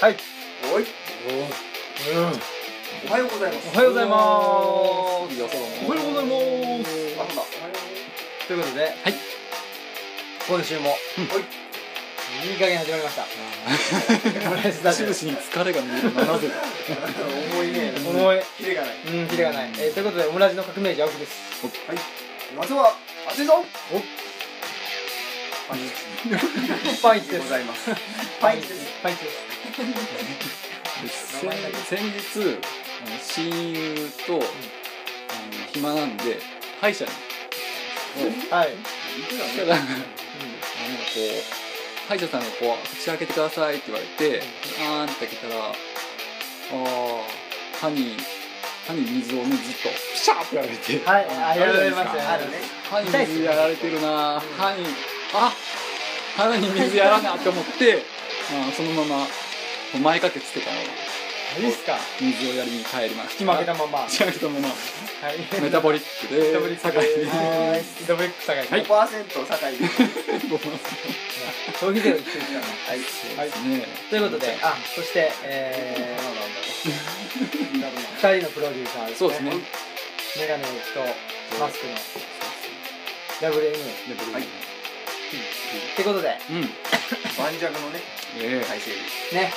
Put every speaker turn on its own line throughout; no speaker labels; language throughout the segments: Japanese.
はい。
お
う
い
ん。
おはようございます
おはようございます
いいよそ
お
の
はようございます
あほら
ということで、はい。今週も、いい加減始まりま した。プロレスラジオ
に疲れが見えるなぜ
重いね
重い。
キレがない
うん、キレがない。えーということで、オムラジの革命児、青木です。
まずは熱いぞ
お
パンチ
パンイチ
で
で
ご
す。
ざいますパンチです
パンイチです。
先先日あの親友と、あの暇なんで歯医者に
はい。
行ったら、あのこう歯医者さんがこう「口開けてください」って言われて、あーんって開けたら「あー歯に歯に水をねずっとピシャーってやられて、
はい、あやられました
あるね
歯に水やられてるな歯にあ鼻に水やらなって思って、あーそのまま前掛けつけたの
いいっすか。
水をやりに帰りまし
引き
た
負けたまま。は
仕上げたもの
い。
メタボリックで
メタボリック
酒井に
はい。メタボリック高い。
5%酒井です
ごめんなさ
消費税を一緒ですからね。
はい
はい。
いね
ということで、あ、そして、えー、
みんなの
二人のプロデューサーですね。
そうですね
メガネとマスクの WM っ
メタボリック
はい
てことで
うん
盤石のね
え
体制で
ね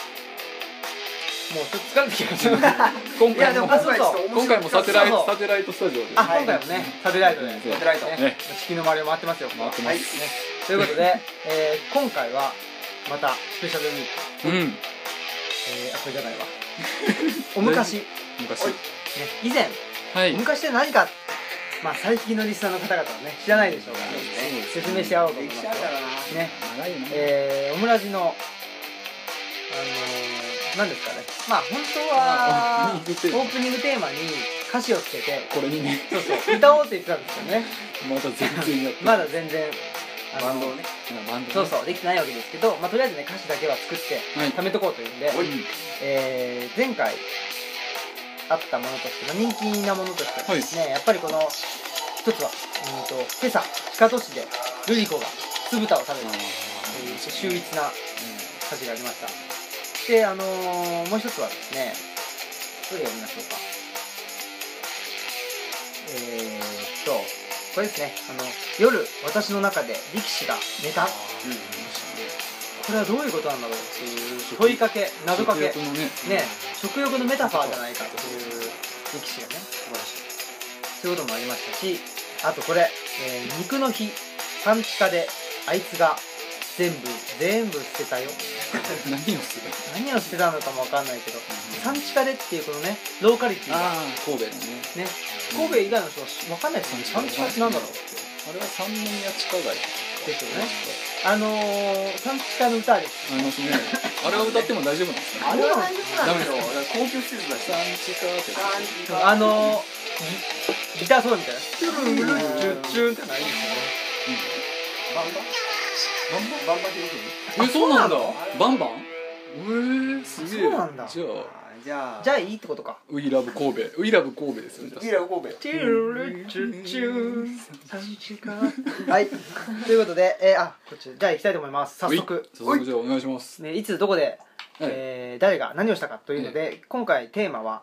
もうちょっと疲れてきました
今
いや
回
でも
も
まずはちょっと面白い
今回もサテライ
そうそう
トサテライトスタジオで
あ、
はい
今回もねサテライトで、ね
そう
サテライト
ね
地球の周りを回ってますよ
回って
は
ま
い
す
ということで、えー今回はまたスペシャルウィーク、
うん
えー、あこれじ ゃないわお昔、ね、
昔
はい
以前
はい
お昔って何かまあ最近のリスナーの方々はね知らないでしょうから、
そうですね
説明し合おうと思い
歴
ます
史
よ
あるからな
ね
長いよね
えー、オムラジのあのー、何ですかねまあ本当は
あ
オ
オープニングテーマ
ープニングテーマに歌詞をつけて
これにね
そうそう歌おうって言ってたんですよね
まだ全然やって
まだ全然あの
バンドをね
バンドね
そうそうできてないわけですけど、まあ、とりあえずね歌詞だけは作って
はい
貯めとこうというんで、
おい
えー前回あったものとして、まあ、人気なものとしてですね、やっぱりこの一つはうんと今朝地下都市でルリコが酢豚を食べた
あ
という
ー
秀逸な歌詞がありましたであのーもう一つはですねどれ読みましょうかえー、っとこれですねあの「夜私の中で力士が寝た」
うん
これはどういうことなんだろうっていう問いかけ謎かけ
食欲のね
ね食欲のメタファーじゃないかっていう力士がねそういうこともありましたしあとこれ、えー肉の日産地化であいつが全部全部捨てたよ
何をする
何を捨てたのかもわかんないけど産地化でっていうこのねローカリティが
ああ神戸のね
ね神戸以外の人はわかんないですよね産地化ってなんだろうって
あれは三宮地下街
ですよねあのー、産地化の歌です
ありますね。あれは歌っても大丈夫なんですか。
あれは大丈夫なんですよ
ダメ
だから高級施設だし
三時かってやつ。
あのー、ギギターソロみたいなチュルンルンチュンチュンってないんですよね
バンババンババンバ広く
え、そうなんだ
そうなの。
バンバン。ええ、すげえ。
そうなんだ
じゃあ、
あーじゃあ
じゃあいいってことか
ウィラブ神戸、ウィラブ神戸ですよね。確
ミ
か
ラ神戸
チュルチュチュはいということで、えー、あこっちじゃあ行きたいと思います早
うい
速、
早速じゃあお願いします。
ね、いつどこで、
はい
えー誰が何をしたかというので、今回テーマは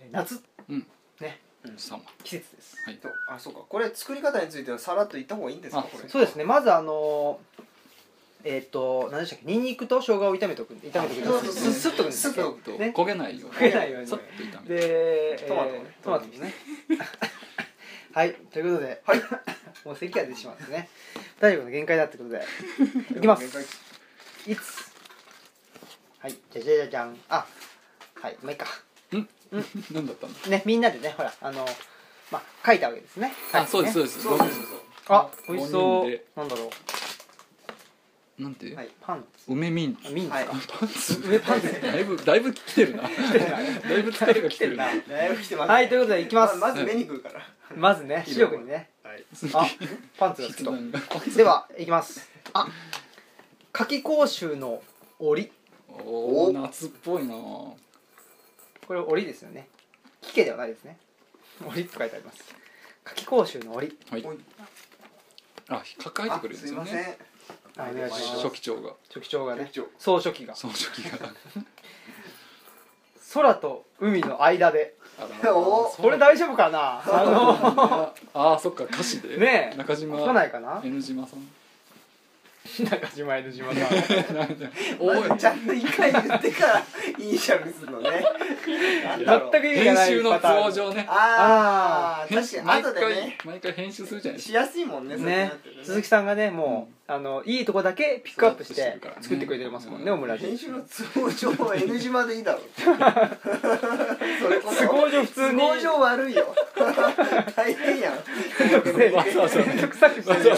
えー夏
うん。
ね
さん。
季節です
はい。
とあそうかこれ作り方についてはさらっと言った方がいいんですか
あ
これ
そうですねまずあのーえっ、と何でしたっけニンニクと生姜を炒めとく炒めとく
そうそう
すすっとくんです
すっ
っけ
と
と
ね
焦げないように。
焦げないように
さっと炒めて。
で、えー
トマトね
トマトですねはいということで、
はい
もう咳が出てしまうんですね体力の限界だってことでいきます
限界
いつはいじゃじゃじゃじゃんあはいまあいいか
何だったの。
ねみんなでねほらあのまあ書いたわけですね
あ、そうです。そう
う
です。
そうそうそうそう
あ美味しそ
五人で
うなんだろう
なんて
は。いパン
梅ミン
あ
チ。
ミンですか
は
パンツ。
上パンツ
だいぶ、だいぶ来てるな。だいぶ疲れが来てるな。
だいぶ来てますね
はいということでいきます
まあまず目に来るから
まずね視力にね
はい
あパンツがつく
筆
と
談が。
ではいきますあ夏季講習の折
お
お
お夏っぽいな
これ折ですよね季家ではないですね折と書いてあります夏季講習の折
はい
おい
あ書かれてくるんですよ
あすいま
ね
せん
あお願いします
初期長が
書記長がね
局長
総書記が
その初期が
空と海の間で
あ
お
これ大丈夫かなあ
ああそっか歌詞で
ねえ
中
の
島
来ないかな
N 島さん
中島江島さん
おい
ちゃんと一回言ってからイニシャルにするのねなんだろう
全く意味がない
編集の
パターン
都合上ね
ああ
編
確
集
かに
毎
後
回
でね
毎回編集するじゃないですか
しやすいもんねそうや
ね
ってね
鈴木さんがねもうあのいいとこだけピックアップして作ってくれてますもんね
う
オ
ん
ムラジ
編集の都合上は N 島でいいだろうそれこそ
都合上普通に
都合上悪いよ大変やん
わざわざ
めんどくさく してるよ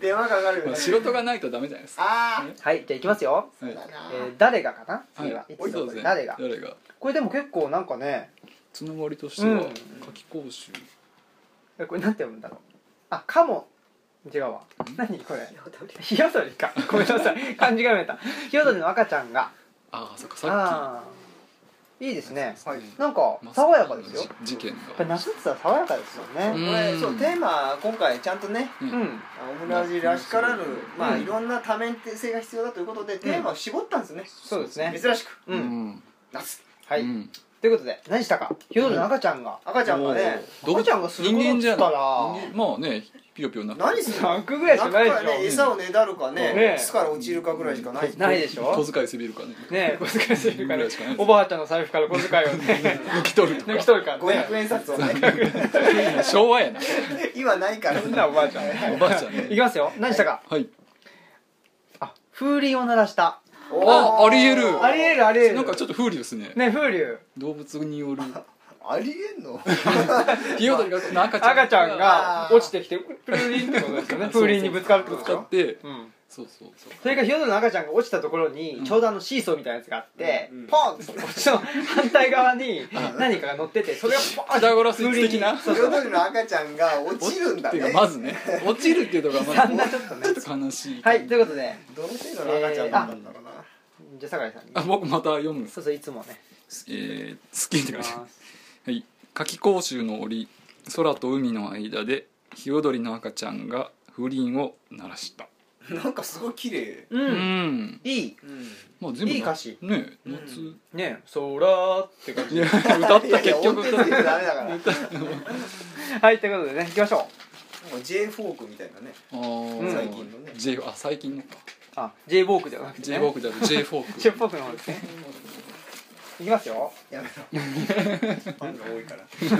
電話かかるよ
まあ
ね
仕事がないとダメじゃないですか
あ
はいじゃあいきますよ
あ
はい
だ
え
な
ー誰がかな次は
はい
いつ
そう
の
ですね
誰が
誰が
これでも結構なんかね
つながりとしては
うん
夏期講習
えこれなんて読むんだろうあかも違うわ
ん
何これ
いやだって
ひよどりか ごめんなさい漢字が読めたひよどりの赤ちゃんが
ああそっかさっ
ああいいですね
きうん
なんか
まさ
爽
か
やか
の
ですよや
事件
っぱ
が
夏ってさ爽やかですよ
こ
ね
れ
うん
そうテーマ今回ちゃんとね
う
うんん
オムラジらしからぬまあ
うん
いろんな多面性が必要だということでテーマを絞ったんですね
そうですね
珍しく
うん、
ん
夏
はい、
うん
ということで何したかひよどりの赤ちゃんが
赤ちゃんがね
動物
赤ちゃんがすることっつったら
人間まあねピヨピヨな
何するの
3区ぐらいしかないでし
中からね
ょ
餌をねだるかね
ね
巣から落ちるかぐらいしかない
ないでしょ
小遣いすびるかね
ねえ小遣いするか
ぐ
ら
らいしかないです
おばあちゃんの財布から小遣いを ね
抜き取ると
抜き
か
取るからね
500円札をね
昭和やな
今ないから
そんなおばあちゃん
おばあちゃん
いき
ね
ますよ何したか
はい
あ風鈴を鳴らした
あありえる
ありえるありえる
なんかちょっと風流ですね
ね風流
動物に よる
ありえんの
ピヨドリがこの赤ちゃん
赤ちゃんが
あー
落ちてきてプルリンってこと ですよね風鈴にぶつかるってこと
ぶ
でし
つか
ょ
って
うん
そうそうそう
それからヒヨドリの赤ちゃんが落ちたところにちょうどあのシーソーみたいなやつがあって
うん
ポンってこっちの反対側 に何かが乗っててそれがポン
ピ
って
タゴラス的な
そうそう
緑の赤ちゃんが落ちるんだ
って
ね
いうかまず ね落ちるっていうのがまず ちょっと悲しい
はいということで
どの程度の赤ちゃんなんだろうな、
じゃあ酒井さんに
あ僕また読むんです
そうそういつもね
えー好きって書いてある
行きます
はい夏季講習の折空と海の間でヒヨドリの赤ちゃんが風鈴を鳴らした
なんかすごい綺麗
う
うんん
いい
うん
まあ全部
いい歌詞
ね
うん
夏
ねえ空って感
い
じ
や歌った結局
いやいや音程
歌っ
つけちゃダメだからも
た
はいということでね行きましょう
う J フォークみたいなね
あー
最近のね
J あ最近のか
あ J フォークじゃなくて
J フォークじゃなくて J フォーク
J フォークの方ですねいきますよ
やめろファンが多い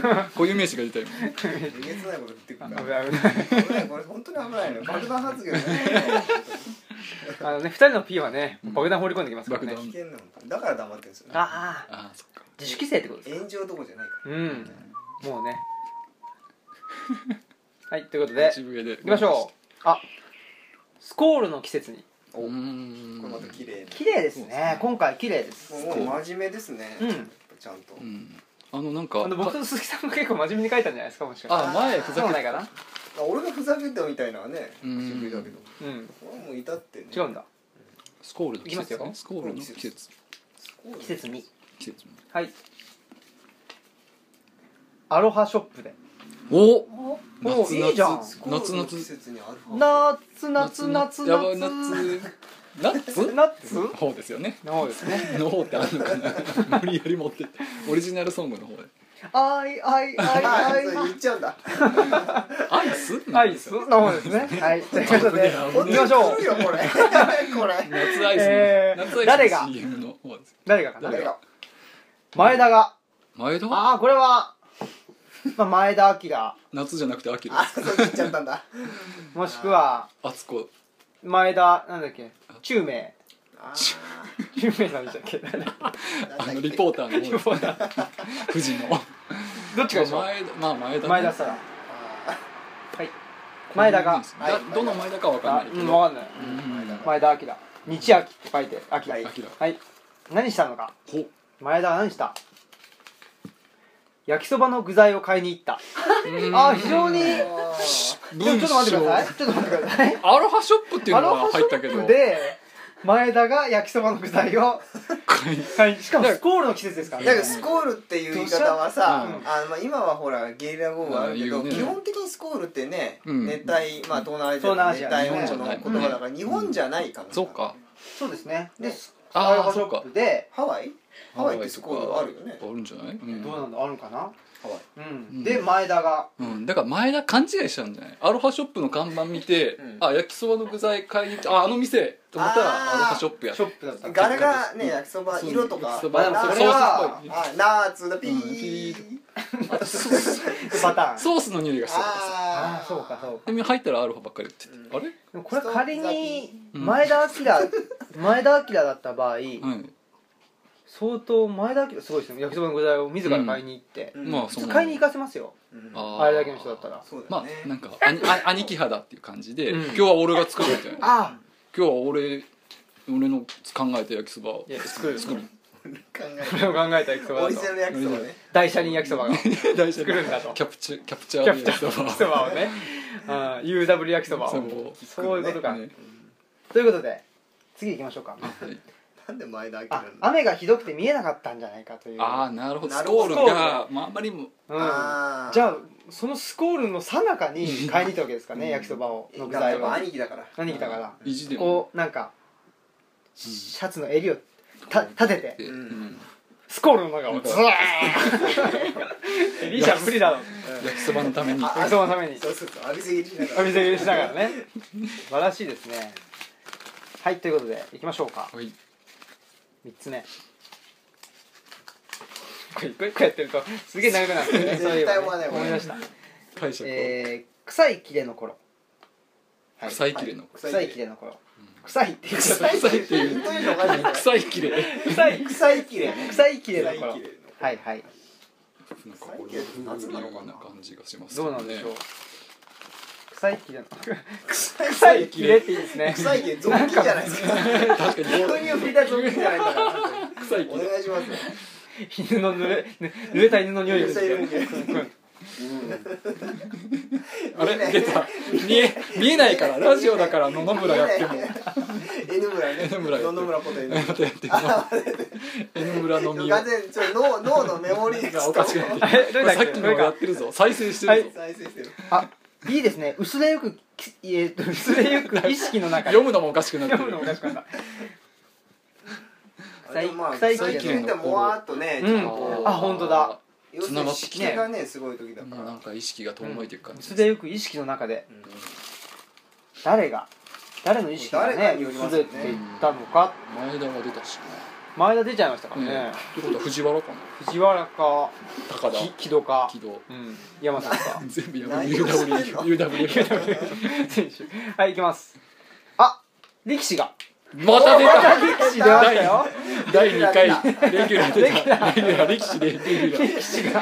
から
こういう名詞が出たよ
えげつないこと言ってくる
危
か
な
ら
い危ない
危ないこれ本当に危ないのよ爆弾発言だね
あのね2人の P はね爆弾放り込んできますからね
爆弾
危険なのだから黙ってるんですよね
ああ
あーそっか
自主規制ってことです
炎上どころじゃないか
うんもうねはいということで
口笛でい
行きましょうあスコールの季節に
お
う
こ
ん
れまた綺麗
綺麗です
そうですね
ね今回綺麗です
もうもう真面目ですね
うん
やっぱちゃんと
うんあのなんか
あの僕と鈴木さんも結構真面目に書いたんじゃないですかもしかしたら
あ前ふ
そ
ざ
うも
けて
ないかな
あ俺がふざけたみたいなのはね
うん
久しぶりだけど
うん
これはもう至ってね
違うんだ
スコールの季
いき
節
ますよ
ねスコールの季節
季
季節に
季節
はいアロハショップで
お
お
夏
いいじゃん
夏夏
の季
夏
節にある
夏夏夏夏
やばい夏夏
夏
の方ですよね
の方ですね
の方ってあるのか な無理やり持ってってオリジナルソングの方で
あいあい
あ
あい
そう
あい
言っちゃうんだ
アイス
アイスの方ですねはいということで
危
行きましょ
来る
う
よこれこれ
夏アイスの、
えー
夏アイスの
誰が
CM の方です
誰がかな
誰が
前田が
前田は
ああこれはまあ前田明
夏じゃなくて秋で
あ
す
そう言っちゃったんだ
もしくは
暑子
前田なんだっけ中明
あ
中明さんでしたっけ 誰
あのリポーターの方です富士の
どっちかでしょ
前田まあ前田
前田さら
ー
はい前田が
だどの前田かわかんな
あ
いけ
う
ど、
んわかんない
うん
前田明日明って書いて明
はい
秋だ
はい何したのか
ほう
前田は何した焼きそばの具材を買いに行ったあー非常にで
あー
もちょっと待ってください
文章
ちょっと待ってください
アロハショップっていう
ア
の
ロ
が
ハシ
入
ョ
ったけ
ッ
ど
プで前田が焼きそばの具材を、はい、しかも
だから
スコールの季節ですから
だか
ね
らスコールっていう言い方はさ、
うん
あのまあ今はほらゲリラ豪雨あるけど、
うん言う
基
ね
本的にスコールってね、
うん
熱帯まあ東南アジア
東南ア
の熱
ジア日本
帯温度
じ
の
ゃない
言葉だから日本じゃないから、
そうか
そうですねでス
あー
カイハショップで
ハワイハワイってスコールあるよね
あるんじゃない、うん
どうなんだあるのかな
ハワイ
うん
ん
で前田が
うん、だから前田勘違いしちゃうんじゃないアロハショップの看板見て、
うん
あ焼きそばの具材買いに行ってああの店と思ったら
あー
アロハショップや
ショップだった
柄がね焼きそば色とか
そう
まあでも
あ
それは
ソースっぽい
あナーツだピ
うん
ー
ピ
パターン
ソースの匂いがしてたからさ
あ
あ
あそうかそう
で入ったらアロハばっかり売ってて、
う
あれ
でもこれ仮に
うん
前田明 前田明だった場合
うん
相当前田明すごいですね焼きそばの具材を自ら買いに行って
う
まあ
普
そ
通
う
買いに行かせますよ
うん
あー
あれだけの人だったら
そうだよ
ま
ね
あなんか兄あ兄貴派だっていう感じで、
うん
今日は俺が作るみたいな
あ
今日は俺俺の考えた焼きそばを
いや作る
作る
考
これを考えた焼きそば
えオ
だ
リジナ
と
ル焼きそばね
大車輪焼きそばがキ
大丈夫
るんだと
キャプチャーキャプチャー
ャプチャーの
焼
焼
き
き
そ
そ
ば
ばをねあー UW 焼きそばを
そうね
そういうことか
ね
ということで次行きましょうか
はい
なんで前田明
あ
なんだ
雨がひどくて見えなかったんじゃないかという
ああなるほど
な
ス
るほど
コールが、まあ、あんまりにも
うん
ー
じゃあそのスコールの最中に買いに行ったわけですかね焼きそばをの具
だから
材
やっ
を
ぱ兄貴だから
何来たから
意地でも
こうなんかシャツの襟をた立てて
で
うん
うん
スコールの中をズワ ーンリーちゃん無理だろ
焼きそばのために
あそのために
そうそうそう浴びせ切りだか
お
ら
店切りしながら ね素晴らしいですねはいということでいきましょうか
はい
3つ目これ一個一個やってるとすげえ長くなるんです よねそういえば
絶対思わない
ね
もんね
思い出した
解釈を、
えー臭い切れの頃はい
臭い切れの、
臭い切れの頃臭いって言っちゃっ
臭
た
い
臭
切
い
れ
っていう
どういうのかな
臭い切れなん
臭い
臭い切れ
臭い切れの頃
臭い切れの
はいはい
かこれ風流な感じがします
どうなんでしょう臭い切れの
臭
臭
い
い
切
切
れ
れっていいですね
臭い切れ雑巾じゃないですか
確かに
人に振りた雑巾じゃないんだから
臭い
お
切れ
願いしますよ
犬の濡れぬ濡れた犬の匂いがする
濡れた犬
あれ出た見え見えないからラジオだから野々村やっても
N 村ね
N 村やって
野
る
々村こと N
またやってるな N 村のみを
完全にちょっと脳脳のメモリーが
おかしくなって
あれどれだっ
さ
け
っ
こ
きの
れ
や
か
ってるぞ再生してるぞ、
再生してる
あいいですね薄れゆくきえーっと薄れゆく意識の 中で
読むのもおかしくなって
読むの
る
おかしくなった臭い
でもまあ
臭い
臭い切れってもわーっとね
うん
ちゃんと
あ本当だ
要するに敷きがねすごい時だか
も うなん
ら
か意識が遠のいていく感じ
薄れゆく意識の中で誰が誰の意識が
誰
ね
かによりま
薄
すよ
れ
ね
ていったのか
前田が出たし
前田出ちゃいましたから
な
ね
ねってことは藤原かな
藤原か
高田
き木戸か
木戸
うん山崎 か
全部や
何
る
をしてんの
UWUW
選手はい行きますあ力士が
また出た
力士出ましたよ
第2回レギュラー出たレギュラー力士でレギュラ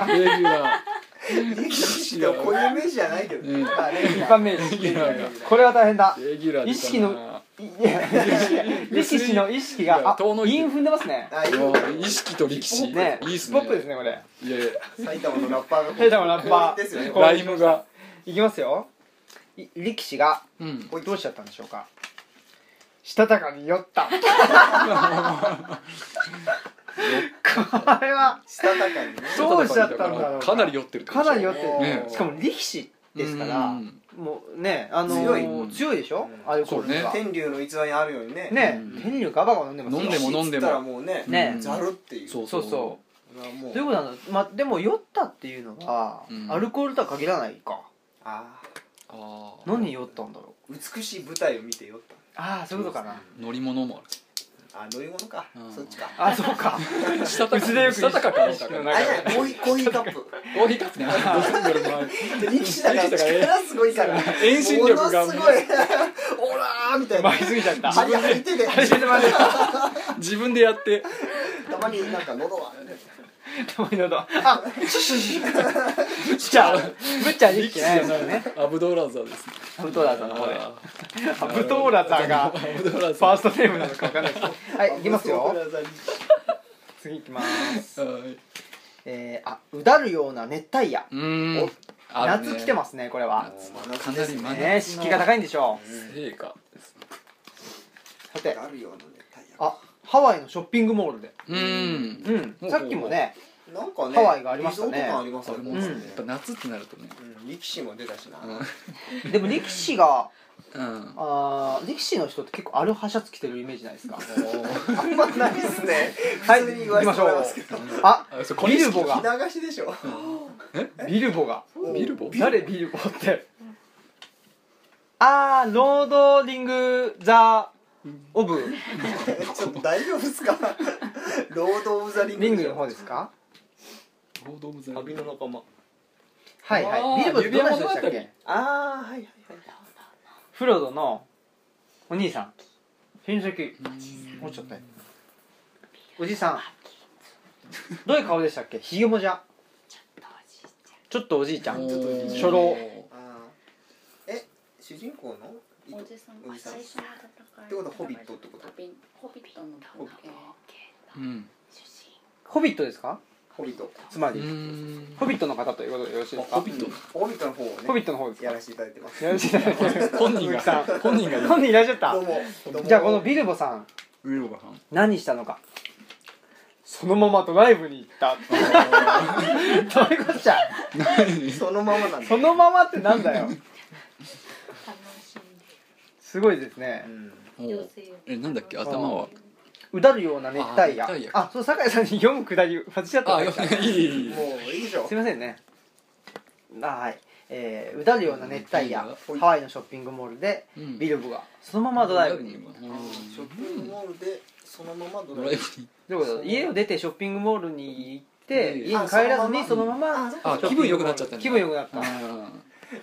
ーレギュラ
意識が固有名詞じゃないけど
うん
あれ
一般名
ーレ
詞
ギュラーが
これは大変だ
レギュラー出たな
意識のいや力士の意識があ
遠のいてる
韻踏んでますね
あいい
もう意識と力士
ね
いいっ
ス
す
ポ
ね
ップですねこれ
いやいや
埼玉のラッパーが
埼玉のラッパー
ですよね
こう
ライムが
いきますよい力士が
うん
どうしちゃったんでしょうかしたたかに酔ったこれは
したたかにね
どうしちゃったんだろう
かなり酔ってるってこ
か
と
な
で
り
し
酔
ょ
って
ね
るしかも力士ですから
うん
もうねあの
強
ー
い
強いでしょ
うん
アルコールとか
天竜の逸話にあるようにね
ね
うん
天竜ガバガバ飲んでますよ
飲んでも飲んでも
つったらもうね
ね
ざるっていう
そう
そ
そうう
そ
そう
も
う
う
ということなんだまあでも酔ったっていうのは
うん
アルコールとは限らないか
ああ
うああ
何に酔ったんだろう
美しい舞台を見てよった
ああそういうことかな
乗り物も
あ乗り物か
うん
そっちか
あそうか
あ るしたたか
薄でよく
したたかかどう
意
かか
識の
な
中
あれじゃないコーヒーコーヒーカップ
コーヒーカップね
力士だから
力士だから
力すごいから
遠心力が
ものすごい オラーみたいな
回りすぎちゃった
張り張り手で
初めてまでた
自分でやって
たまになんか喉は
まにのとあシュシュシュブッチャーブッチャー力士じゃないですよね
アブドーラザーですね
アブトーラザーの方で
あ
アブトーラザーがフ
ーアブドーラザー
ァーストネームなのかわかんないですけどはい行きますよ次行きます
はい
えー、あうだるような熱帯夜
うーんあるね
夏来てますねこれは
かなり真夏
ね湿気が高いんでしょ
成果
うって
あるような熱帯夜
あハワイのショッピングモールで、
うん
うん、さっきもね
なんかね
ハワイがありましたね
リゾート感ありますよね
うん
う
やっぱ夏ってなるとね
ん力士も出たしな
でも力士が
うん、うん、
あー力士の人って結構アルハシャツ着てるイメージないですか
あんまないっすね
はい
普通に言
行
わ
き
せ
まし
ても
ょ
らいうますけど
あ
あそ
ビルボ
着
が
流しでし ょ
ビルボが
ビルボ
誰ビルボってあーロードリング・ザ・オブ・
ちょっと大丈夫っすかロード・オブ・ザ・リング
リングの方ですか
ロード・オブ・ザ・
旅の仲間
はい
あー
はいビルボってどんな人でしたっ
指輪物
け
ああはいはいはい
フロドのお兄さん親戚もうちょっとねおじさんどういう顔でしたっけひげもじゃちょっとおじいちゃん
ちょっと
初老
あーえ主人公の
おじさん
お
あ
じさん
最初の戦い
ってことはホビットってこと
ホビットの
ホビッ
関係
うん
ホビットですか
ホビット
つま
う
り
ん
ホビットの方ということでよろしいですか
ホビット
うんホビットの方をね
ホビットの方ですか
やらせていただいてます
よろしいですか
本人
さ
が
ん
本人が
本人いらっしゃった
どうもどうも
じゃあこのビルボさん
ウィルボーさん
何したのかそのままドライブに行ったどういうことじゃん
そのままなんだ
そのままってなんだよ
楽しんです
ごいですね
うん
妖精を
えなんだっけ頭は
うだるような熱帯
あ熱帯
夜
夜
あそう酒井さんに読むくだり外しちゃった
あよ
す
いいいいいい
もういいでしょ
いませんねあはいえーうだるような熱帯夜
うん
ハワイのショッピングモールで
うん
ビルボがそのままドライブに
ショッピングモールでそのままド
ド
ラ
ラ
イ
イ
ブ
ブに
どういうこと家を出てショッピングモールに行って
うん
家に帰らずにそのまま
あ気分良くなっちゃったんだ
気分良くなった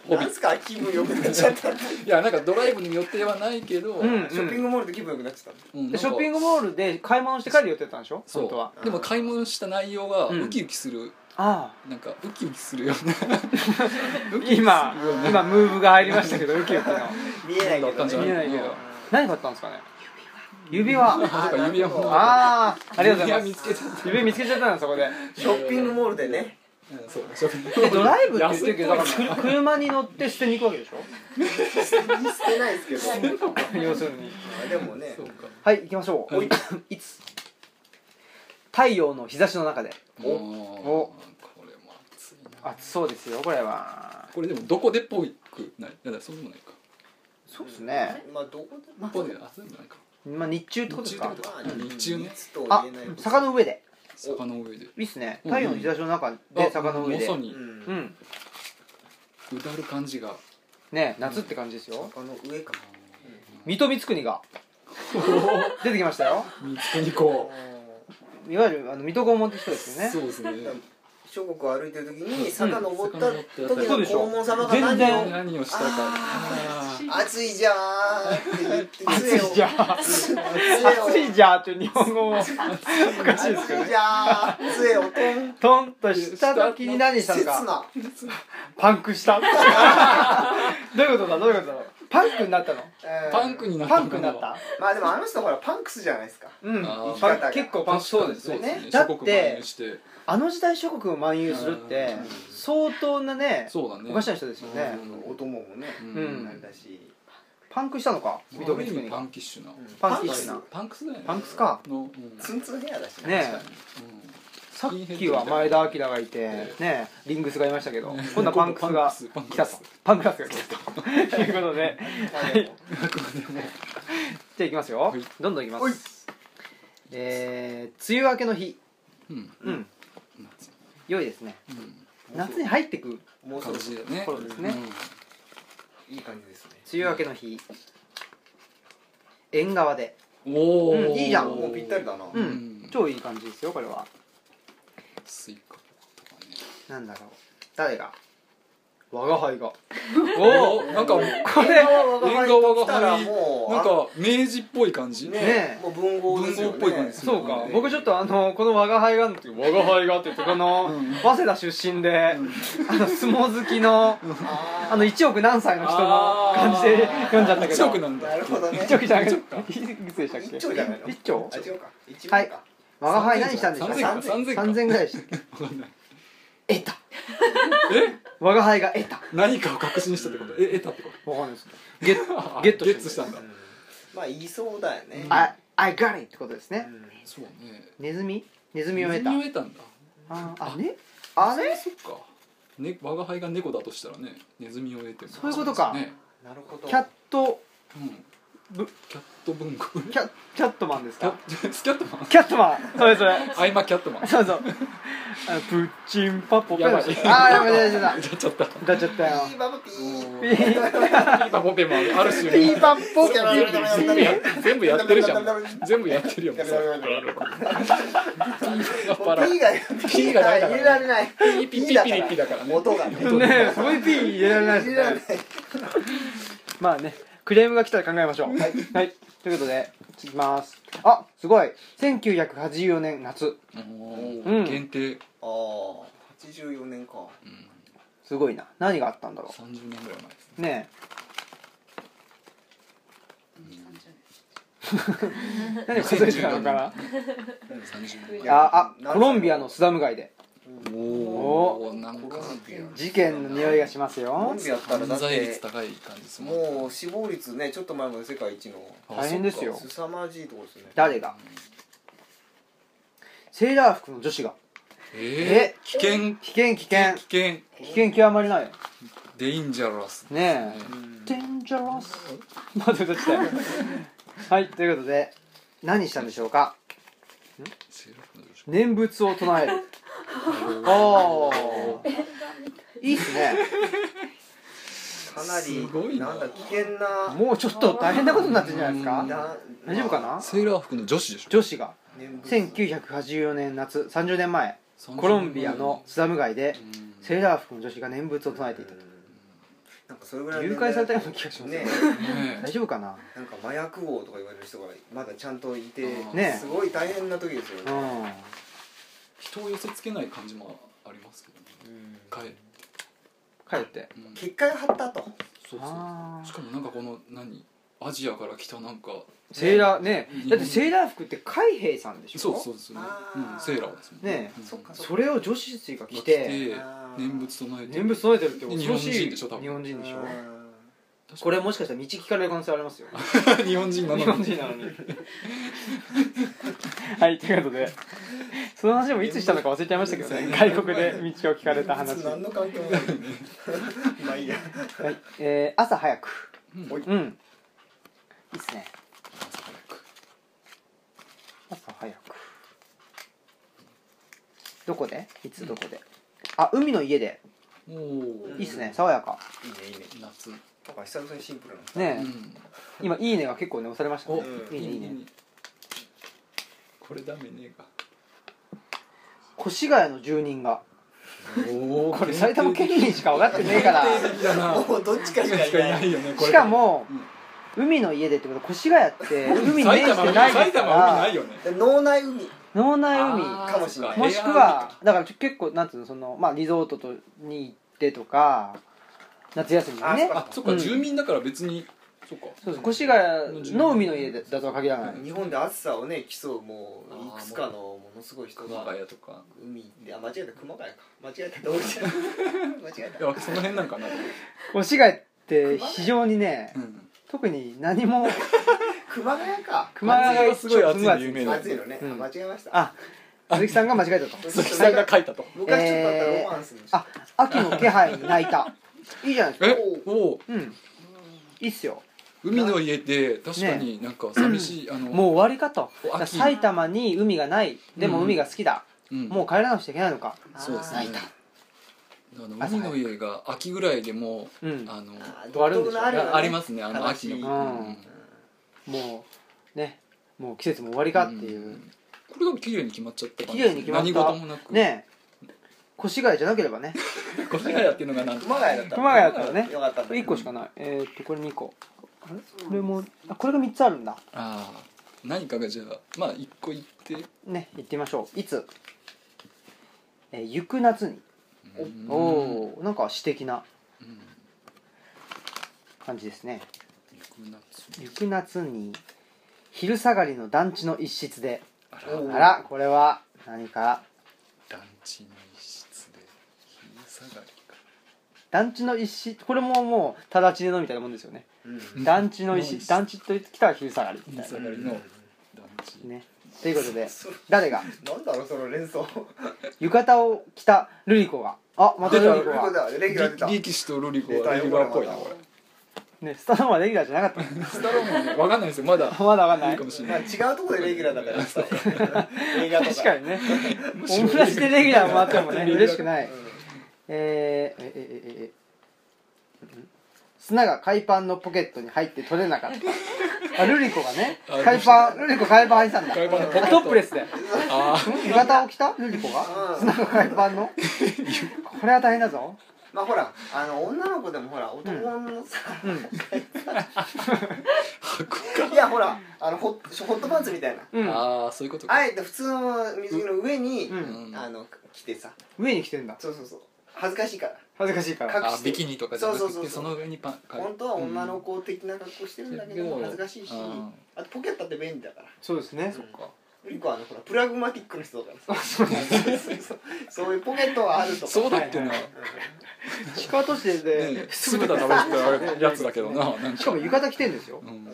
ホビ
なんすか気分良くなっちゃ ったシ
いやなんかドライブに予定はないけど、
うん
ョッピングモールで気分良くなっちゃっ
うん
でショッピン
グ
グモールで買い物して帰る予定だったんでしょ
そ
本当は
うでも買い物した内容が
うん
ウキウキする、
あ
なんかウキウキするよう
あ今今ムーブが入りましたけどウキウキの
た見えないけど
な
見え
ね
ないけ
う
ど
ん
何買ったんですかね指輪
なあとか指輪も
あ
ああありがとうござい
指輪見
ま
つけちゃっ
す指輪見つけちゃったんだそ こで
ショッピングモールでね
たうんそうショッピン
で
グ
ドライブって言ってるけどだ
安
からくる車に乗って捨てに行くわけでし
捨てないですけど
ょ要するに
まあでもね
そうか
はい行きましょう、
はい
いつ太陽の日差しの中で
お
おこれも熱いな
暑そうですよこれは
これでもどこでっぽくないいやそうでもないか
そうですね、
まあどこでも
どこであそうでもないか
まあ、日中ってことですか
日中ってこと
まあ
日中ね
密とは
あ
言えないこと
坂の上で
坂の上で
いいっすね
うん
太陽の日差しの中で坂の上で
あまさ
う
に
うん
ん
うだる感じが
ね夏って感じですよ
坂の上か
水戸光圀 が出てきましたよ
見つけにこ
いわゆるあの水戸黄門って人ですよね
そうですね
諸国を歩いてる時に坂登った時
そう
の
でしょ
黄門様が
全
何を
然
何をしたか
あ
あ
暑いじゃーんって言って
暑いじゃん暑
暑
いじゃんっていう日本語も おかしいですけど
暑いじゃーん杖をトン
トンとした時に何したの
切
か
な
パンクした どういうことだどういうことだパンクになったの
ーパンクになった
パンクになった
まあでもあの人ほらパンクスじゃないですか
うん
あー
パンク結構パンクそうですよ
ね
だ
諸
っ
国
て
蔓延して
あの時代諸国を漫遊するって
うん
相当なね
そうだね
おかしな人ですよね
お供もね
う
うん
なんだし
パンクしたのか
うん
水戸
ある意
光
味
圀
パ
が
ンキッシュな
パンキッシュな
パンクスだよね
パンクスか
のうん
ツンツンヘアだしな
ねさっきは前田明がいて
え
ねリングスがいましたけど
ね
今度はパンクスが
パンクス
来たとパンクラスが来たと いうことで
まあでも
じゃあいきますよ
はい
どんどんいきま
はい
すえー梅雨明けの日
うん
うん
夏
良いですね
うん
夏に入ってく
もうそ
感
ろ
じだね
頃ですね
いい感じですね
梅雨明けの日縁側で
うんお
う
お
んいいじゃん
もうぴったりだな
う
うんん
超いい感じですよこれは
スイカとかね
なんだろう誰が我が輩が
おお なんかもう
これ
縁側が来たらもう
なんか明治っぽい感じ
ね
ね
もう文豪ですよね
文豪っぽい感じする
そうか
ね
僕ちょっとあのこの「我が輩が」の時「我が輩が」って言ってこの
うん
早稲田出身であの相撲好きの
あー
あの1億何歳の人の感じで読んじゃったけど
一億なん
な
だ
るほどね
1億じゃなく
一億か
ていくつでしたっけ
一丁じゃないの
一丁
あ違うか一
は
万
い
か
我が輩何したんでしょう
3000か3000か
3000ぐらいでしたっけ
わかんない
得た
え
我が輩が得た
何かを確信したってことえ得たってこと
わかんないですゲッゲット
ゲッツしたんだ
うんまあ言いそうだよね
うん
あ I got it ってことです
う
ね
ん
そうね
ネズミネズミを得た
ネズミを得たんだ
あーあねあれ
そっか、ね、我輩が猫だとしたらねネズミを得ても
そういうことか
ね
なるほど
キャット
うん、
ぶ
キャット文庫
キャキャットマンです
キャ
か
スキャットマン
キャットマンそれそれ
合間キャットマン
そうそうあのプッチンパポペ
やば
ロ
い
シあーやめてやめて
歌っちゃった
歌っちゃったよ
ピーババピー
ピー
今ポペもあるある種
ピーパンポ
ピーパンポ
ピー
全部やってるじゃん全部やってるよもうさ
もうピーが
ピーがないだ
入れ
から
られない
ピーピーピーピーピーだからね
音がね
ねえすごいピー入れられないです
入れられ
ねまあねクレームが来たら考えましょうはい、ということでいきますあすごい1984年夏
お
う
ー
ん
限定、
ああ84年か
うん、
すごいな何があったんだろ
30年ぐらい前ですね
うねえ何を数えてたのかな
30
い
年
やああコロンビアのスダム街で
お
お
おなんか
事件の匂いがします
コ
よ
ンビやったらだ
犯
っ
罪率
て
高い感じですもん
もう死亡率ねちょっと前まで世界一の
あ
大変ですよ
凄まじいとこですね
誰がセーラー服の女子がえ
えー、危険
危険危険
危険
危険極まりない
デインジャラス
ねえ
うん
デンジャラス まず歌ってたよ はいということで何したんでしょうか
セーラー服の女子
念仏を唱え るああいいっすね
かな
すごい
り
な
なんだ危険な
もうちょっと大変なことになってるんじゃないです
うん
か大丈夫かな
セーラー服の女子でしょ
女子が
19
1984年夏30年前コロンビアのスダム街でセーラー服の女子が念仏を唱えていたと
なんかそれぐらい
誘拐されたような気がします
ね
ね
大丈夫かな
なんか麻薬王とか言われる人がまだちゃんといて
ね
すごい大変な時ですよ
う
ね
ん
人を寄せつけない感じもありますけどねかえ
帰って
うん
結界張ったと
そう
あ
そう
ー
しかもなんかこの何アジアから来たなんか
セーラーねだってセーラー服って海兵さんでしょ
そうそうですね
あ
う
ー
んセーラーですもん
ね
うん
そっか
それを女子たちが
来
着て
て
あー
念仏唱えて
念仏唱えてるって恐ろしい
日本人でしょ多分
日本人でしょ
確かに
これもしかしたら道聞かれる可能性ありますよ
日本人な
日
の
本
に
人なのにはいということでその話もいつしたのか忘れちゃいましたけどね外国で道を聞かれた話、は
何の関係もないまあいいや
いえー朝早く
うん
おい
うんいいっすね
朝早く
朝早くどこでいつどこで、あ海の家で
おお
いいっすね爽やか
いいねいいね
夏
なんか久々にシンプルな
ねえ、
うん
今「いいね」が結構ね押されましたね
お
いいねいいね
これダメねえか
越谷の住人が
おお
これ埼玉県民しか分かってねえから
だな
もうどっちかしか
し
い
かい
な
ないいよねこれ
しかも、海の家でってことは越谷って海に面
埼
し
玉
て
海
ないです
埼
か
玉海ない
ら
よね
脳内海
脳内
あ
海
ー
かもしれない
そっ
も
か
しくはだから結構なんつうのその、まあ、リゾートとに行ってとか夏休みにね
あ
あそっか
うん
住民だから別にそっか
そうそう越谷の海の家だとは限らない、
日本で暑さをね競うもういくつかのものすごい人
熊
が
谷とか
海であ間違えた熊谷か間違えたどうしよう間違え
いやその辺なんかな
越谷って非常にね
うん
特に何も
た熊谷か
熊谷が
すごい暑いの有名だよ
暑いのね、
うん
間違えました
あ鈴木さんが間違えたと
鈴木さんが書いたと
昔ちょっとあったロマンスの人
あ秋の気配に泣いたいいじゃないですか
えおお
うんいいっすよ
海の家で確かになんか寂しい、あの
もう終わりかと
お秋
埼玉に海がないでも海が好きだ、
うん、
もう帰らなくちゃいけないのか
そうです
あ
ね
ー
あの海の家が秋ぐらいでもう
うん
あのあ
あー
終わるんでしょ
独特のあるよね
りますねあの
悲し
秋
い
の、
うんもうねもう季節も終わりかっていう、
んこれが綺麗に決まっちゃった感じ
綺麗に決まった
何事もなく
ねえ越谷じゃなければね
越谷っていうのがなん
熊谷だった
熊谷だったらね
よかったんだ
1個しかないえー、っとこれ2個あれこれもあこれが3つあるんだ
ああ何かがじゃあまあ一個言って
ね行ってみましょういつ、えー行く夏に
うん
おおーなんか詩的な
うん
感じですね
行く夏
行く夏に昼下がりの団地の一室で
あ
おー
あらこれは何か
団地の一室で昼下がりか
団地の一室これももうただちねのみたいなもんですよね
うん
団地の
う
石
ん
団地と来たら昼下がりみた
水
い
下
な
がりの団地
ねということで
そ
誰が
なんだろうその連想
浴衣を着たルリコがあ またルリコ
これ
が
だレギュラー出た
力力士とルリコはレギュラーっぽいなこれ
ねスタローンはレギュラーじゃなかっ
スタローンもねわかんないですよまだ
た まだわかんない
いいかもしれ
まあ
な
違
いう
ところでレギュラーだから さ映画とか
確かにね
むし
オ
ろ
ムラジでレギュラーもらって もね嬉しくない
うん
えー、えええええうん砂が海パンのポケットに入って取れなか ったあルリコがね
あ
海パンルリコ海パン入ってたんだ
海パンのポケット
トップレスで
あ
浴衣を着たルリコ
う
が
ん
砂が海パンの これは大変だぞ
まあほらあの女の子でもほら男のさ、
うん
あ履くか
いやほらあのホッホットパンツみたいな
うん
ああそういうことか
あえて普通の水着の上に、
うん
うん
あの着てさ
上に着てんだ
そうそうそう恥ずかしいから
恥ずかしいから
隠
あ
して
ビキニとかじゃな
そうそうそ
くて
う
その上にパン
本当は女の子的な格好してるんだけど、
うん
恥ずかしいし、
うん
あとポケットって便利だから
そうですね
そっかゆり子はあのほらプラグマティックの人だからさそうそうそう そういうポケットはあるとか
そうだっけな、
はい
ね
地下都市で
え、酢豚食べてたやつだけどななん
し
か、
かも浴衣着てんですよ
うん、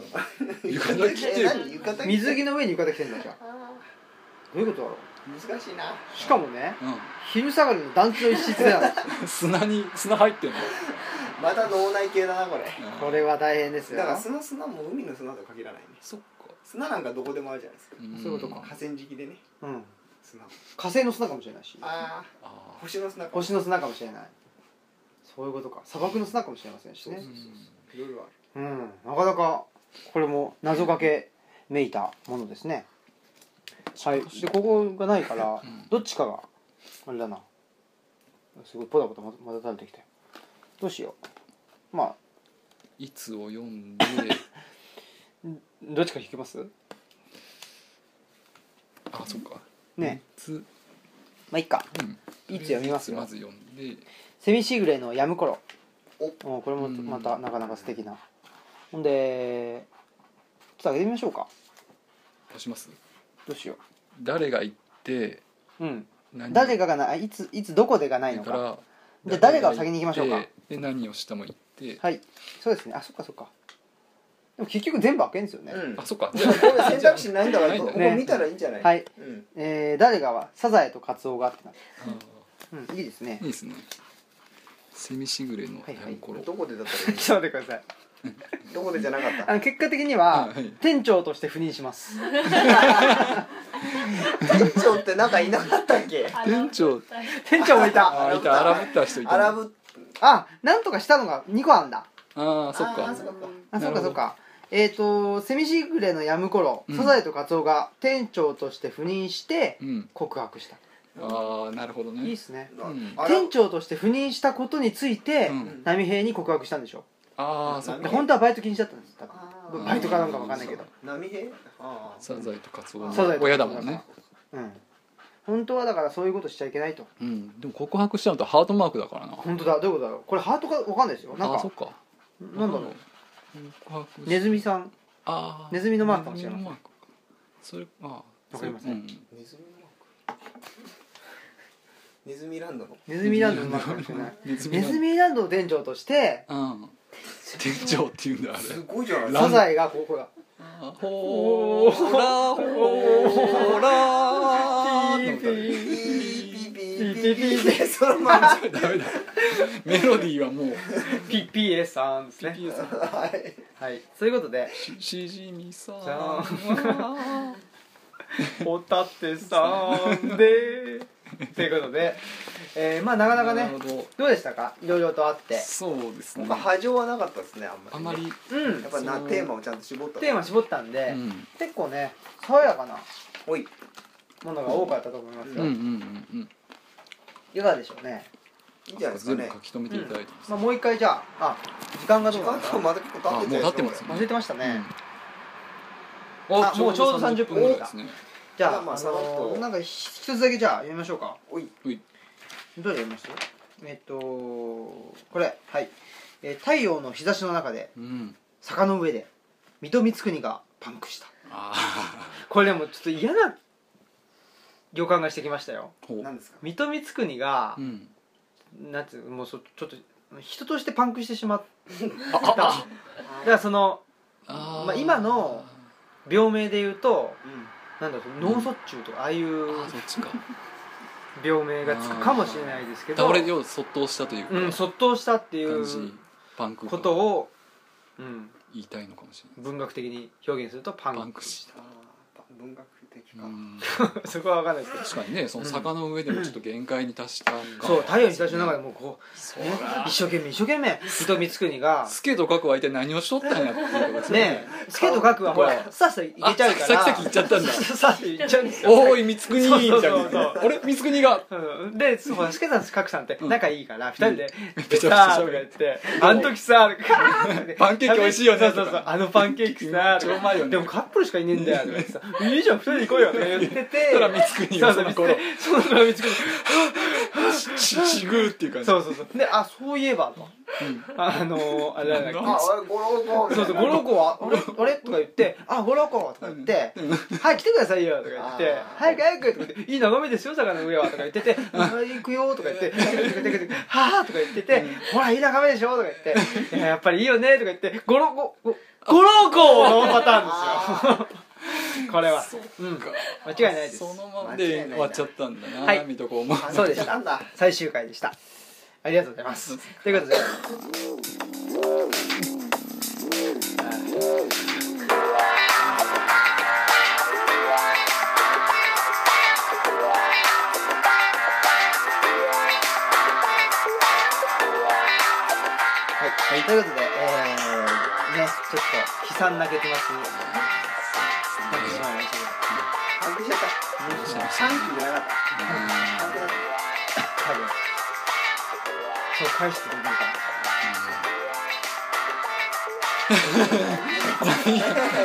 うん
浴衣着て
え何浴衣着て
水着の上に浴衣着てんだじゃん
あ
どういうことだろ
難しいな
うしかもね
う
昼下がりの団地の一室なんですよ
ん、砂に砂入ってんの、
また脳内系だなこれ
これは大変ですよ
だから砂砂も海の砂とは限らないね
そっか、
砂なんかどこでもあるじゃないですか
ん
そういうことか
河川敷でね
うん
砂
火星の砂かもしれないし
ああ
あ
星の砂か
星の砂かもしれないそういうことか砂漠の砂かもしれませんし
そうそう
ね
そういろいろある
うんなかなかこれも謎かけめいたものですねはいでここがないから
ん
どっちかがあれだなすごいポタポタままた食べてきたよどうしようまあ
いつを読んで
どっちか引きます
あそっか
ね
いつ、
まあいっか
うん、
いつ読みます
いつま
よ
ず読んで
セミシグレのやむ頃
お
おこれも
うん
またなかなか素敵なほんでちょっと上げてみましょうか
出します
どうしよ
誰が行って
ううん
何
誰
が
ががないいついつどこでがないの
か
からじゃあ誰が先に行きましょうか
誰が行ってで何をしたも行って、
はいそうですねあそっかそっかでも結局全部開けんですよね、
うん
あ そっか
いやこれ選択肢ないんだから
ないん
こ
だ
こ
ね
見たらいいんじゃない
はい、
うん
えー、誰がはサザエとカツオがってなって
あ
うんいいですね
ーいいですねセミしぐれのやむ頃、
どこでだったらい
ちょっと待ってください
いどこでじゃなかっ
あ
た
の結果的には、
あはい
店長として赴任します
店長ってなんかいなかったっけ
ー
店長
店長もいた
あーいた荒ぶった人いたね
アラブ
あなんとかしたのが2個あんだ
ああそっ
あ
か
ーそっか
あそうか
なるほど
そうかえっ、とセミシグレのやむ頃
うん
サザエとカツオが店長として赴任して
うん
告白した、
ああなるほどね
いいっすね
うん
あら
店長として赴任したことについて、
うん
波平に告白したんでしょ
ああそっ
で
か
ほん
本当はバイト禁止だったんです多分
あ
僕
ー
バイトかなんかわかんないけど
波平ああ
サザエとカツオ
サザエ
の
と
親だもんね
うん本当はだからそういうことしちゃいけないと
うんでも告白したのとハートマークだからな
本当だどういうことだろうこれハートかわかんないですよなん
あーそ
か
っか
なんだろう
告白し
ネズミさん
あー
ネズミのマークかもしれません
ネズミのマークかそれあー
わかりません
うん
ネズミのマークネズミランドの
ネズミランドのマークかもしれない
ネズミ
ネズミランドの店長として
うん店長っていうんだあれ
すごいじゃない
サザエがここが
あーほーらほーらー
ピー
ピーピーピーピ
ピー
ー
ピ
ピ
ー
ーピーそのまま
ダメだメロディーはもう
ピッピーエさんですね
PS
はい
はいそういうことで
しじみさん
じゃん
は
ホタテさんでということで、えー、まあなかなかね
るほど
どうでしたかいろいろとあって
そうですね
なんか波状はなかったですねあんまり
あんまり
うん
やっぱな
そう
テーマをちゃんと絞った
テーマ絞ったん
う
で、
ん
結構ね爽やかな
おい
ものが多かったと思います
うんう
よ、
んうん
いかがでしょうね、
いいん
うん
じゃないですか
全部
ね
書き留めていただいてます
まあ、もう一回じゃああ時間が
時
どうな
間
の
と
か
まだ結構経ってた
あもう経ってま
よ
す
な忘れてましたね、
お
あもうちょうど30分
ぐらいですね
じゃあ、
まあまあ
あ
さらっと
のーなんかひ一つだけじゃあ読みましょうか
おい
ほい
どうやりましたえっとこれはい、えー太陽の日差しの中で
うん
坂の上で水戸光圀がパンクした
あ
これでもちょっと嫌な予感がしてきましたよ
あほう
何ですか
水戸光圀が
う、ん
なんつうもうそちょっと人としてパンクしてしまっただ
あ
からその
あ
まあ今の病名で言うと
うん
なんだろう脳卒中とかああいう
あそっちか
病名がつくかもしれないですけど
倒れよう卒倒したというか、
うん卒倒したってい
感
う
じパンク
ことを、うん、
言いたいのかもしれない
文学的に表現するとパンク
パンクした
あー文学的か、
うん
そこは分かんないですけど
確かにねその坂の上でもちょっと限界に達したか
そう太陽に最初の中でもうこう、
そう
ね、一生懸命一生懸命伊藤光圀が
スケとカクは一体何をしとったんやっていうことです
ねえスケート書くはほらさっさといけちゃうから
あさっき行っちゃ ったんだ
さっさといっちゃうんですよ
おーい光圀みたい
そうそうそう
なあれ光圀が
うんでそうほらスケさんと書くさんって
ん
仲いいから二人で「で
ちゃくちゃ
さ」とか言って「あの時さ」とかって
パンケーキ美味しいよね
そうそうそうあのパンケーキさ」と
超う
か
まいよね
でもカップルしかいねえんだよ」とか言ってさ「いいじゃん二人で行こうよ」とか言ってて
そら光圀
そう
が
そ
そうの
光
頃
圀その光圀
ちちぐーっていう感じ
そうそうそうであそういえばと
うん
あのあれなんだっけ
あ俺ゴロゴロ
そうそう、五郎子は、あれ、あれとか言って、あ、五郎子とか言って、はい、来てくださいよとか言って
あ、ー
早く早くとか言って、いい眺めですよ、坂の上はとか言ってて、はい行くよとか言って、はぁとか言ってて、ほら、いい眺めでしょとか言って、いややっぱりいいよねとか言って、五郎子、ご五郎子のパターンですよ。これは。うん。間違いないです
そ。のままで終わっちゃったんだな、
はい
みとこも
あ
そうでした
なんだ
最終回でした。ありがとうございます。ということで。はい、ということで、えー、ね、ちょっと悲惨な結末になってしまいましたけど。
パンクしちゃったパンクじゃなかったパンクだった
多分そう返してくれるか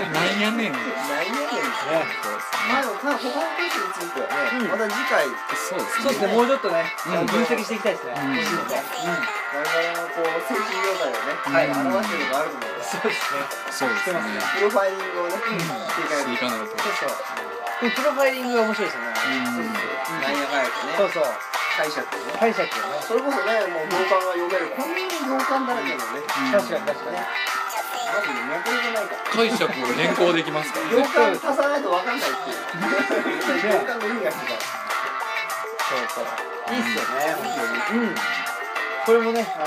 ら
なんやねん
ないよね
ね
まあでも他の他のケースについてはね、
うん
また次回
そうですね
そうですねもうちょっとね、
うん
分析していきたいですね、
うん
欲しいので
我々のこう精神状態をね、
うん
はい、表してるのがあるので、
そうですね
そうで
して
す
ま
ね
すね
プロファイリングをね、して
そうそうプロファイリングが面白いですよね、そう
いかないと。なんやかんやとね、
いかないと
そう
解釈をね。
解釈をね
それこそね、もう行間が読めるから。こんなに行間だらけのね、
確かに確かに、
マジで脈絡ないから。
解釈を変更できますから
行
ね
間足さないと分かんないっていう。行間の意味が違う。
そうそういいっすよね本当にうんこれもねあの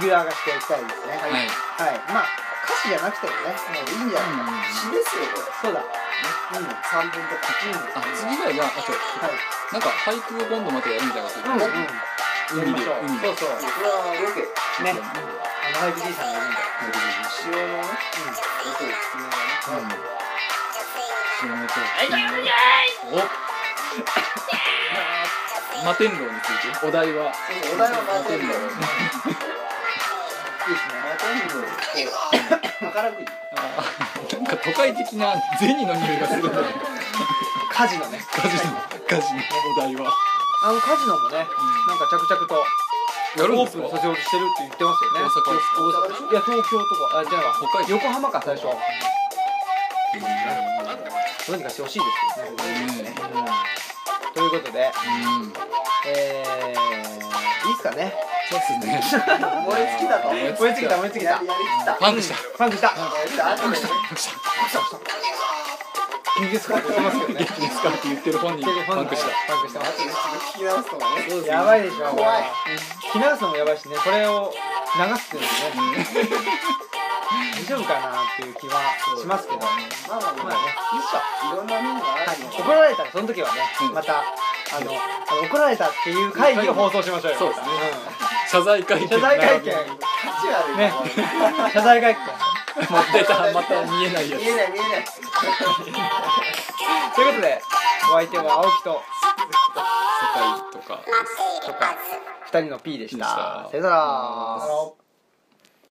レギュラーがしていきたいですねはい、
はい
まあ歌詞じゃなくてもねもういいんじゃないかな、
詩ですよ、これ。
そうだうんうん
三分とか。
あ次はじゃああと
はい
なんか俳句を今度またやるみたいなこ
う
と言
んうん
って
やりましょうそう
海で海
そうね
これはロケ。
で
あのハイブじいさんがいるんだよ
潮のね、ロケを聞きながらね。
うんやめてお摩天楼についてお題は
そうそうお題は満点だよ。
いいですね
またにもこう宝くじ
あーなんか都会的な銭の匂いがするんだよ
カジノね
カジノカジノお題は
あのカジノもね、なんか着々と
やるん
オー
です
プン
か
させようとしてるって言ってますよね
大阪です
大
か
阪いや東京とかあじゃあ
北海道
横浜か最初どうにかしてほしいですよね、ということで
うんうん
えー、いいっすかね
そうですね
燃え尽きたと
燃え尽
燃え尽きた燃え尽き
や
た
りやりきった
パンクした
パンクした
やりきったあとね
激烈かって言ってますけどね
元気ですかって言ってる本人パンクした
パンクしてま
あ
す
とね聞き直すとかね
やばいでしょ
怖い
着流すのもやばいしねこれを流すっていうのもね大丈夫かなっていう気はしますけどね
まあまあ
まあ
ま
ね
あね
いいっしょ
いろんな面があるの
怒られたらその時はね、
うん
またあのあの怒られたっていう会議を放送しましょうよ
そうですね謝罪会見
うん謝罪会見
価値悪い
ね
なこれ
謝罪会見
また出たまた見えないやつ
見えない見えない
ということでお相手は青木と
世界とか
二人の P でし
でした
たさよなら
あの